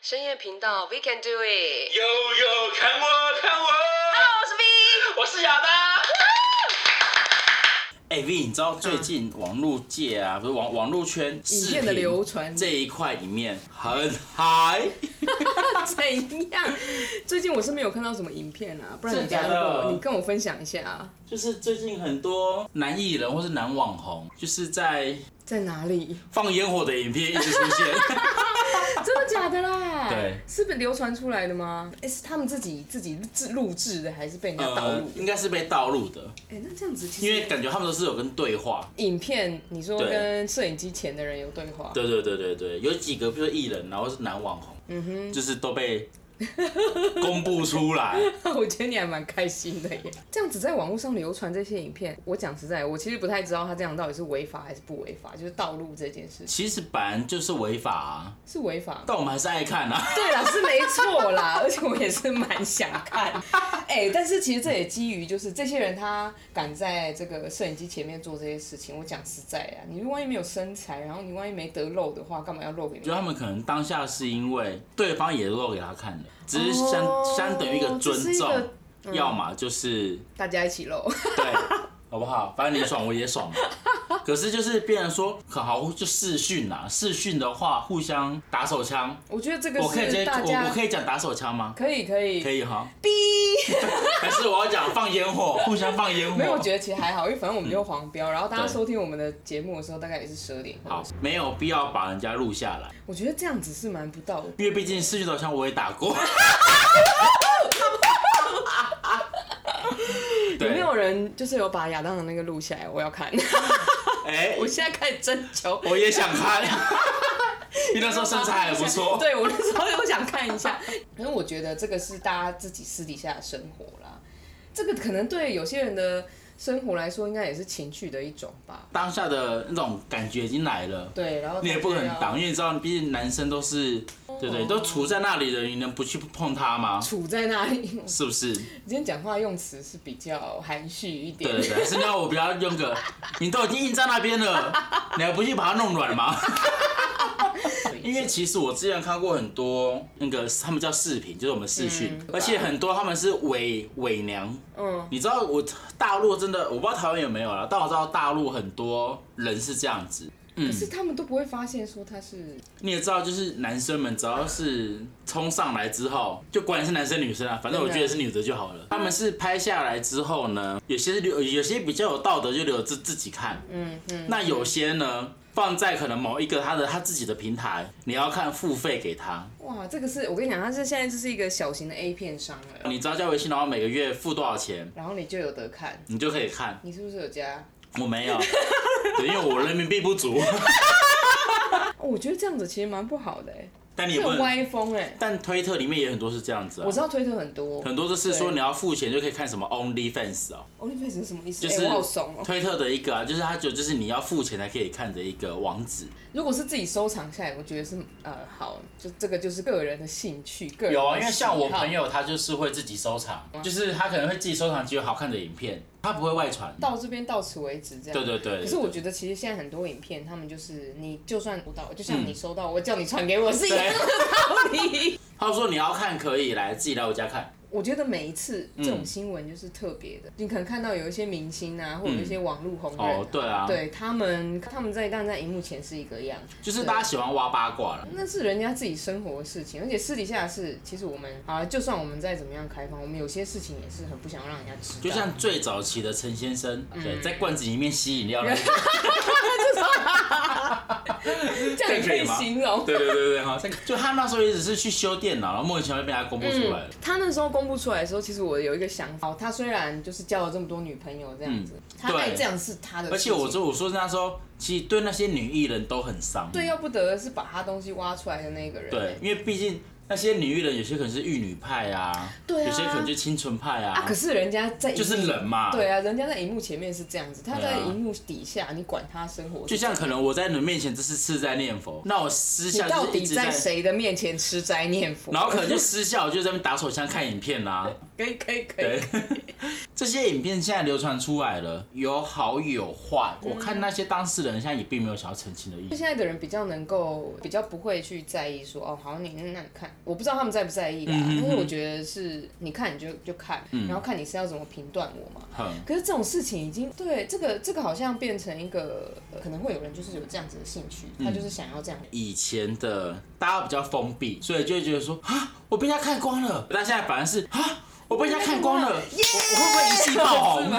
深夜频道，We can do it。悠悠，看我，看我， Hello，我是 V。我是亚当。哎、V，你知道最近网络界啊，不是网网络圈嗯影片的视频流传这一块里面很嗨， 怎样？最近我是没有看到什么影片啊，不然你真的假跟我的你跟我分享一下啊，就是最近很多男艺人或是男网红，就是在在哪 里？放烟火的影片一直出现。 真的假的啦？对是被流传出来的吗？哎、是他们自己自己自录制的，还是被人家导呃入，的？应该是被盗录的，哎、那这样子其实因为感觉他们都是有跟对话。影片，你说对跟摄影机前的人有对话， 对对对对对，有几个比如说艺人，然后是男网红，嗯哼，就是都被公布出来。我觉得你还蛮开心的耶。这样子在网络上流传这些影片，我讲实在，我其实不太知道他这样到底是违法还是不违法，就是道路这件事情其实本来就是违法、啊，是违法吗？但我们还是爱看啊。对啦，是没错啦， 而且我也是蛮想看。哎、但是其实这也基于就是这些人他敢在这个摄影机前面做这些事情，我讲实在啊，你万一没有身材，然后你万一没得露的话，干嘛要露我给你觉得他们可能当下是因为对方也露给他看的，只是相、相等于一个尊哦这是一重个，嗯要么就是大家一起露？ 对，好不好？反正你爽我也爽嘛。可是就是变成说，可好就视讯啦，视讯的话互相打手枪，我觉得这个我可以直接是大我家我可以讲打手枪吗？可以可以可以 哈，逼。还是我要讲放烟火，互相放烟火？没有，我觉得其实还好，因为反正我们就黄标，然后大家对收听我们的节目的时候，大概也是十二点。好，没有必要把人家录下来，我觉得这样子是蛮不道德的。因为毕竟视讯手枪我也打过。对 有没有人就是有把亚当的那个录下来？我要 看。哎、我现在开始征求。我也想 看，因为那时候身材还不错。对我那时候我想看一下， 可是我觉得这个是大家自己私底下的生活啦，这个可能对有些人的生活来说，应该也是情趣的一种吧。当下的那种感觉已经来了，对，啊哦然后你也不可能挡，大家因为你知道，毕竟男生都是，对不对？都处在那里了，你能不去碰他吗要？处在那里。 是不是？你今天讲话用词是比较含蓄一对点，对对，还是要我不要用个，你都已经硬在那边 了，你还不去把它弄软吗？因为其实我之前看过很多那个他们叫视频，就是我们视讯，嗯而且很多他们是伪伪娘，嗯，你知道我大陆真的，我不知道台湾有没有啊啦，但我知道大陆很多人是这样子。可是他们都不会发现说他是你也知道，就是男生们只要是冲上来之后，就管你是男生女生啊，反正我觉得是女的就好了。他们是拍下来之后呢，有些是留，有些比较有道德就留自自己看，嗯嗯。那有些呢，放在可能某一个他的他自己的平台，你要看付费给他。哇，这个是我跟你讲，他是现在就是一个小型的 A 片商了，你只要加微信，然后每个月付多少钱，然后你就有得看，你就可以看。你是不是有加？我没有，对，因为我人民币不足。哦我觉得这样子其实蛮不好的、欸，但你也这不种能，歪风哎、但推特里面也很多是这样子啊我。知道推特很多很多就是说对你要付钱就可以看什么 OnlyFans 哦， ，OnlyFans 是什么意思？就哎，是我好怂哦、推特的一个啊，就是它就就是你要付钱才可以看的一个网址。如果是自己收藏下来，我觉得是呃好，就这个就是个人的兴趣，个人的有啊，因为像我喜好嗯朋友他就是会自己收藏，就是他可能会自己收藏几个好看的影片，他不会外传。到这边到此为止这样。对对对。可是我觉得其实现在很多影片，他们就是你就算不到，嗯就像你收到，我叫你传给我是一样的道理。 他说你要看可以来自己来我家看，我觉得每一次这种新闻就是特别的，你可能看到有一些明星啊，或者有一些网络红人、嗯哦对啊对他们他们在但在荧幕前是一个样，就是对大家喜欢挖八卦了。那是人家自己生活的事情，而且私底下的事，其实我们啊，就算我们再怎么样开放，我们有些事情也是很不想让人家知道。就像最早期的陈先生，啊嗯对，在罐子里面吸饮料那 个，这样，你可以形容。对对对对哈， 就他那时候也只是去修电脑，然后莫名其妙就被他公布出来了。他那时候公布出来的时候，其实我有一个想法，哦他虽然就是交了这么多女朋友这样子，他爱嗯对这样是他的事情，而且我说我说那时候，其实对那些女艺人都很伤。啊最要不得的是把他东西挖出来的那个人。对，因为毕竟那些女艺人有些可能是玉女派啊，对啊有些可能就清纯派啊，啊，可是人家在荧就幕是冷嘛对啊，人家在荧幕前面是这样子，他对啊在荧幕底下，你管他生活是就像可能我在你面前这是是在念佛，那我私你下到就是一底直在谁的面前吃斋念佛？然后可能就私下我就在那边打手枪看影片啦、 可以可以可以对， 这些影片现在流传出来了，有好有坏。我看那些当事人现在也并没有想要澄清的意就思。现在的人比较能够，比较不会去在意说哦，好你那你看，我不知道他们在不在意啦，嗯哼嗯但是我觉得是你看你就就看，然后看你是要怎么评断我嘛。哼，可是这种事情已经对这个这个好像变成一个、呃可能会有人就是有这样子的兴趣，嗯他就是想要这样。以前的大家比较封闭，所以就会觉得说啊，我被人家看光了。但现在反而是啊，我被人家看光了，我我会不会一夕爆红？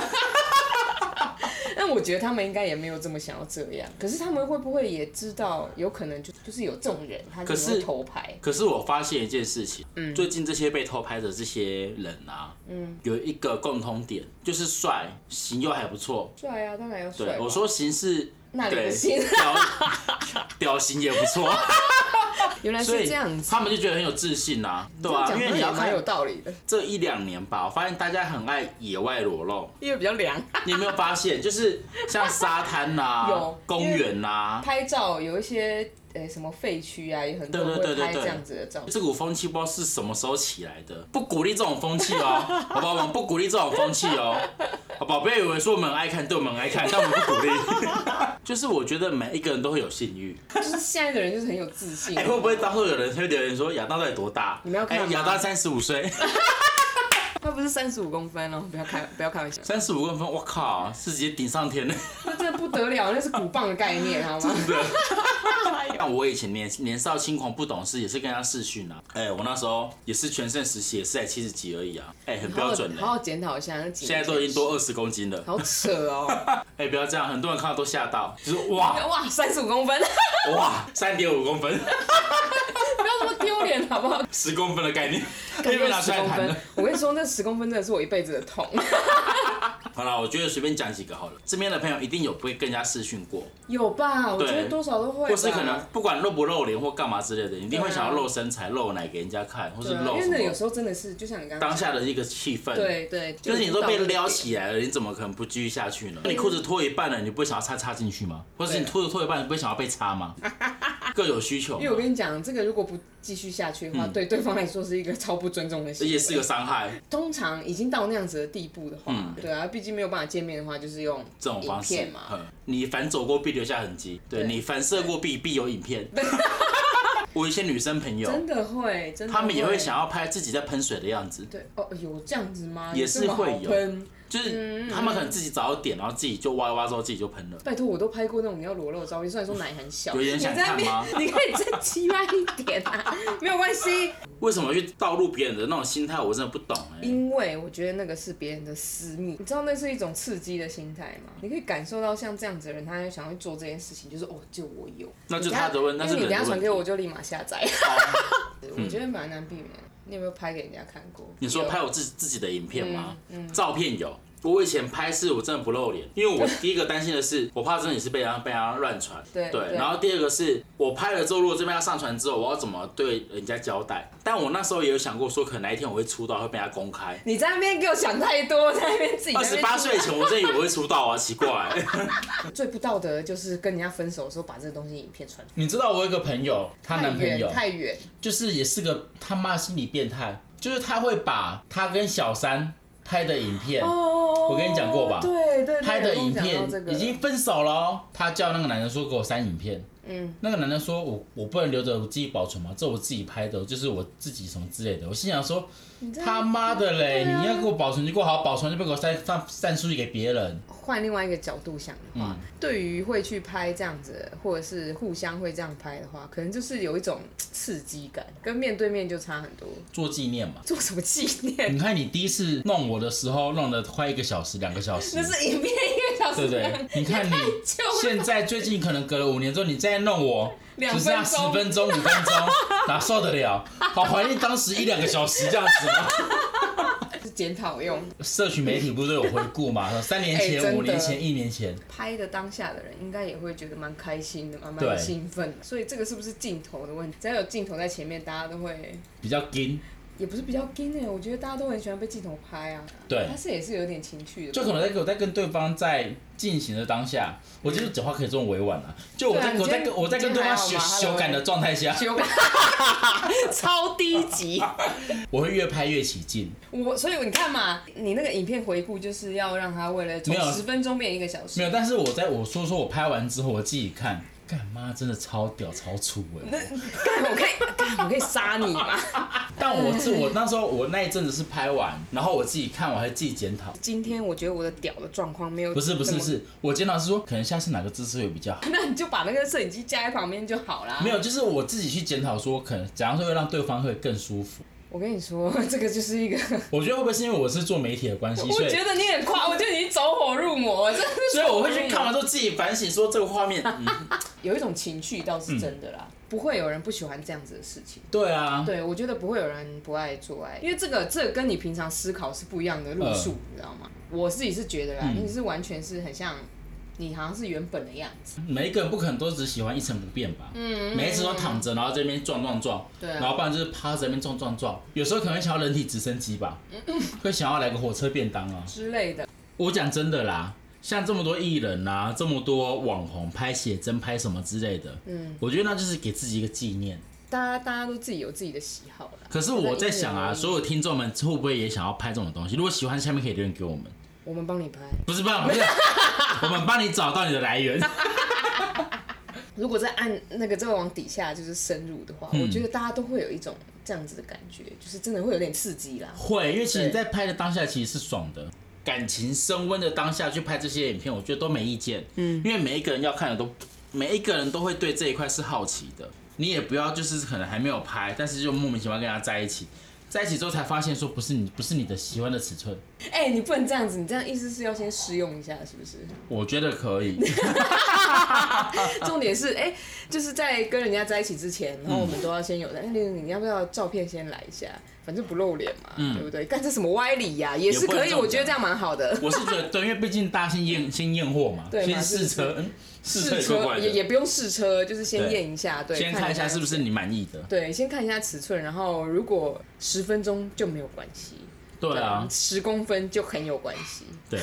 但我觉得他们应该也没有这么想要这样，可是他们会不会也知道，有可能就就是有这种人，他就可是会偷拍。可是我发现一件事情，嗯最近这些被偷拍的这些人啊，有一个共通点，就是帅，型又还不错。帅啊，当然要帅吧。对，我说型是，那你对，不信屌屌 型也不 错。原来所是以这样子，他们就觉得很有自信啊，对啊，这样因为讲好像你也要蛮看有道理的，这一两年吧，我发现大家很爱野外裸露，因为比较凉。你有没有发现？就是像沙滩呐、 有公园啊呐、拍照有一些呃、什么废墟啊，有很多人对会对对对拍对这样子的照片。这股风气不知道是什么时候起来的，不鼓励这种风气哦， 好不好？我们不鼓励这种风气哦，好不好？不要以为说我们很爱看，对我们很爱看，但我们不鼓励。 就是我觉得每一个人都会有性欲，就是现在的人就是很有 自信。哎、会不会到时候有人会留言说亚当到底多大？你们要看哎吗亚当三十五岁， 他不是三十五公分哦，不要开不要开 玩笑，三十五公分，我靠，是直接顶上天了。那真的不得了，那是鼓棒的概念，好吗？那我以前年年少轻狂不懂事，也是跟他试训啊。哎、我那时候也是全盛时期，也是在七十几而已啊。哎、很好标好准的、好好检讨一下那几现年在都已经多二十公斤了。好扯哦！ 哎、不要这样，很多人看到都吓到，就是哇哇，三十五公分， 哇，三点五公分，不要那么丢脸好不好？十公分的概念，又被拿出十来公谈分了。，我跟你说，那十公分真的是我一辈子的痛。 好了，我觉得随便讲几个好了。这边的朋友一定有被跟人家试训过，有吧？我觉得对多少都会吧，或是可能不管露不露脸或干嘛之类的，你一定会对啊想要露身材、露奶给人家看，或是对啊露因为什那有么时候真的是就像你刚刚当下的一个气氛。对对，就是你说都被撩起来了，你怎么可能不继续下去嗯呢？你裤子脱一半了，你不会想要插插进去吗？或是你裤子脱一半，你不会想要被插 吗？各有需求嘛，啊因为我跟你讲，这个如果不继续下去的话，对对方来说是一个超不尊重的这行为。也嗯是个伤害。通常已经到那样子的地步的话，嗯对啊，毕竟没有办法见面的话，就是用这种影方式片，嘛。嗯，你反走过必留下痕迹，对对你反射过必必有影片。 我有一些女生朋友，真的会，真的她们也会想要拍自己在喷水的样子，对哦，有这样子吗？也是会有有这么好喷。嗯就是她们可能自己找点，然后自己就挖一挖之后自己就喷了。拜托，我都拍过那种你要裸露的照片，虽然说奶很小，有点想看吗 你在那边你可以再欺压一点啊，没有关系，为什么去暴露别人的那种心态，我真的不懂哎、因为我觉得那个是别人的私密，你知道那是一种刺激的心态吗？你可以感受到像这样子的人，他想要去做这件事情，就是哦，就我有，那就是他的问，那因是为你人等下的问传题给。我，我就立马下载。好 我觉得蛮难避免。你有没有拍给人家看过？你说有嗯拍我自自己的影片吗？照片有。我以前拍是我真的不露脸，因为 我第一个担心的是，我怕真的也是被人家被人家乱传。对对然后第二个是我拍了之后，如果这边要上传之后，我要怎么对人家交代？但我那时候也有想过，说可能哪一天我会出道，会被人家公开。你在那边给我想太多，在那边自己二十八岁前，我真的以为我会出道啊，奇 怪。 最不道德的就是跟人家分手的时候把这个东西影片传出去，你知道我有一个朋友，她太远太远，就是也是个他妈心理变态，就是他会把他跟小三拍的影片哦我跟你讲过吧对对对，拍的影我片讲到这个已经分手了哦、他叫那个男人说给我删影片，嗯，那个男人说我我不能留着我自己保存嘛，这我自己拍的，就是我自己什么之类的。我心想说这啊他妈的嘞，你要给我保存就给我好好保存，就被给我删散散出去给别人。换另外一个角度想的嗯话，对于会去拍这样子，或者是互相会这样拍的话，可能就是有一种刺激感，跟面对面就差很多。做纪念嘛。做什么纪念？你看你第一次弄我的时候，弄了快一个小时、两个小时 那，是影片一个小对时不 对两，？你看你久了现在最近可能隔了五年之后，你再弄我，两只剩下分十钟分钟、五分钟，哪受得了？好怀念当时一两个小时这样子吗？是检讨用。社群媒体不是都有回顾嘛？ 说三年哎真前、的五年前、一年前，拍的当下的人应该也会觉得蛮开心的嘛，对蛮兴奋的。所以这个是不是镜头的问题？只要有镜头在前面，大家都会，比较紧，也不是比较惊哎、我觉得大家都很喜欢被镜头拍啊。对但是也是有点情趣的。就可能在跟我在跟对方在进行的当下，我就是讲话可以这么委婉啊，就我在对啊我在你今跟天我在跟对方你修今天还好吗修改的状态下，修改， 超低 级。我会越拍越起劲。我所以你看嘛，你那个影片回顾就是要让他为了从没有十分钟变一个小时没。有，但是我在我说说我拍完之后，我自己看，干妈真的超屌超粗哎、干我可以，干我可以杀你嘛！但我是我那时候我那一阵子是拍完，然后我自己看，我还自己检讨。今天我觉得我的屌的状况没有，不是不是，是我检讨是说，可能下次哪个姿势会比较好。那你就把那个摄影机架在旁边就好啦。没有，就是我自己去检讨说，可能怎样是会让对方会更舒服。我跟你说， 这个就是一个，我觉得会不会是因为我是做媒体的关系， 我所以觉得你很夸，我觉得你走火入魔，真的是所以我会去看完之后自己反省，说这个画 面，嗯，有一种情趣倒是真的啦，不会有人不喜欢这样子的事情。对啊，对，我觉得不会有人不爱做爱，因为这个这个跟你平常思考是不一样的路数，你知道吗？我自己是觉得啦，嗯你是完全是很像，你好像是原本的样子。每一个人不可能都只喜欢一成不变吧，嗯，每一次都躺着，然后这边撞撞撞，对啊然后不然就是趴着这边撞撞撞，有时候可能会想要人体直升机 吧，会想要来个火车便当啊。之类的，我讲真的啦，像这么多艺人啊，这么多网红拍写真、拍什么之类的，嗯，我觉得那就是给自己一个纪念。大家大家都自己有自己的喜好啦。可是我在想啊，那一年而已所有听众们会不会也想要拍这种东西？如果喜欢，下面可以留言给我们。我们帮你拍。不是 帮，不是，我们帮你找到你的来源。 如果再按那个再往底下就是深入的话，我觉得大家都会有一种这样子的感觉，就是真的会有点刺激啦。会，因为其实你在拍的当下其实是爽的，感情升温的当下去拍这些影片，我觉得都没意见。嗯，因为每一个人要看的都，每一个人都会对这一块是好奇的。你也不要就是可能还没有拍，但是就莫名其妙跟他在一起，在一起之后才发现说不是你不是你的喜欢的尺寸，哎、你不能这样子，你这样意思是要先试用一下，是不是？我觉得可以。啊重点是，哎、就是在跟人家在一起之前，然后我们嗯都要先有的，哎、你要不要照片先来一下？反正不露脸嘛，对不对？干这什么歪理呀、也是可嗯也不能这样以，讲我觉得这样蛮好的。我是觉得对，因为毕竟大家先验先验货嘛，对嘛先试车，嗯，试车也怪怪车的也也不用试车，就是先对验一下，对，先看一下是不是你你。满意的。对，先看一下尺寸，然后如果十分钟就没有关系，嗯对啊，十公分就很有关系，对，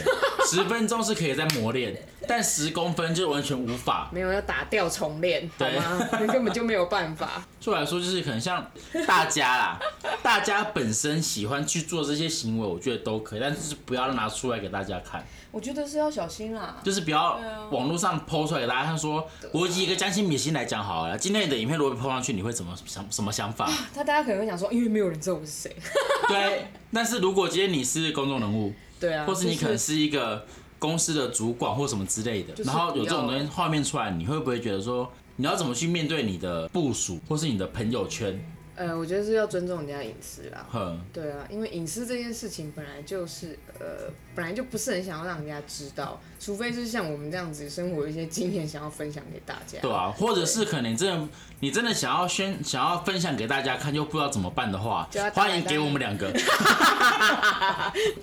十分钟是可以在磨练，但十公分就完全无法。没有要打掉重练，好对吗？ 那根本就没有办法。对我来说，就是可能像大家 啦，大家本身喜欢去做这些行为，我觉得都可以，但就是不要拿出来给大家看，我觉得是要小心啦，就是不要啊网络上抛出来给大家看说。我以一个将心比心来讲好了，今天你的影片如果被抛上去，你会怎么想什么想法？他大家可能会想说，因为没有人知道我是谁， 对，但是如果今天你是公众人物，对啊，或是你就可能是一个公司的主管或什么之类的，就是然后有这种不要东西画面出来，你会不会觉得说你要怎么去面对你的部署或是你的朋友圈？呃，我觉得是要尊重人家的隐私啦。哼，对啊，因为隐私这件事情本来就是呃，本来就不是很想要让人家知道，除非是像我们这样子生活有一些经验想要分享给大 家。对啊，或者是可能真的你真的想要宣想要分享给大家看，又不知道怎么办的话就要，打欢迎开给我们两 个。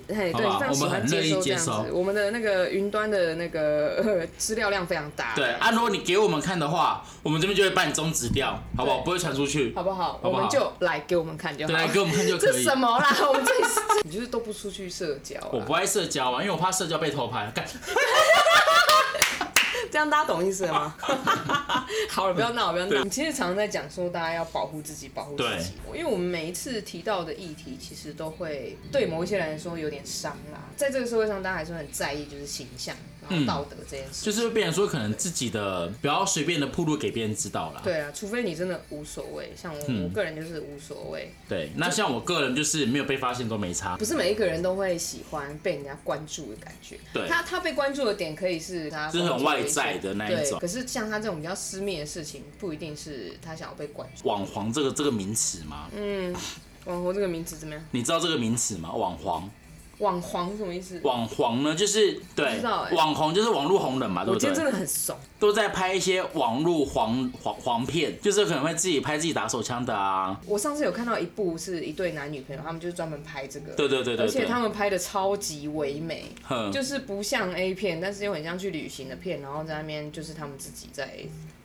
哎，对，好不好非常喜我们欢很乐意接收这接样收子。我们的那个云端的那个 呃资料量非常大，对啊，如果你给我们看的话，我们这边就会把你终止掉，好不好？对不会传出去，好不好？好不好我们就来给我们看就好。对，来给我们看就 这可以什。么啦？我们这你就是 都不出去社交啊，我不爱社交啊，因为我怕社交被偷拍。干，这样大家懂意思了 吗？好了，不要闹，不要闹。你其实常常在讲说，大家要保护自己，保护自己。因为我们每一次提到的议题，其实都会对某一些人来说有点伤啦。在这个社会上，大家还是很在意就是形象，然后道德这件事。就是会变成说，可能自己的不要随便的铺路给别人知道啦。对啊，除非你真的无所谓，像我，嗯我个人就是无所谓。对，那像我个人就是没有被发现都没差不。是每一个人都会喜欢被人家关注的感觉。对他他被关注的点可以是他就是很外在的那一种对可是像他这种比较私密的事情，不一定是他想要被关注。网黄这个这个名词吗？网红这个名字怎么样？你知道这个名词吗？网黄网黄什么意思？网红呢，就是不对知道欸网红就是网络红人嘛，对我不今天真对？的很怂，都在拍一些网络黄黄黄片，就是可能会自己拍自己打手枪的啊。我上次有看到一部是一对男女朋友，他们就是专门拍这个，对对对对嗯而且对，他们拍的超级唯美，哼就是不像 A 片，但是又很像去旅行的片，然后在那边就是他们自己在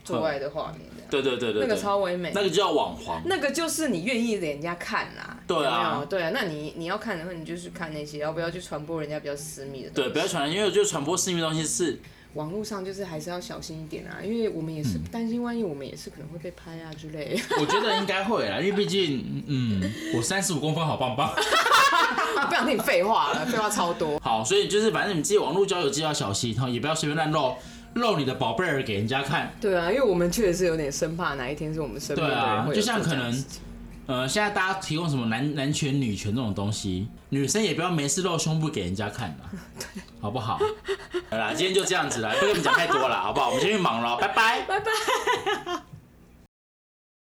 做爱的画面这样，对对对对，那个对超唯美，那个叫网黄，那个就是你愿意给人家看啦，对啊有没有对啊，那你你要看的话，你就去看那些，要不要去传播人家比较私密的东对，西？不要传，因为我觉得传播私密的东西是网络上就是还是要小心一点啊，因为我们也嗯是担心，万一我们也是可能会被拍啊之类的。我觉得应该会啦，因为毕竟，嗯，我三十五公分好棒棒。我 不想听你废话了，废话超多。好，所以就是反正你自己网络交友记得要小心，哈，也不要随便乱露露你的宝贝儿给人家看。对啊，因为我们确实是有点生怕哪一天是我们身边的对人啊会有就像可能这样的事情呃，现在大家提供什么男男权、女权这种东西，女生也不要没事露胸部给人家看啦， 好不好？好啦，今天就这样子啦，不跟你们讲太多了，好不好？我们先去忙了，拜拜。拜拜。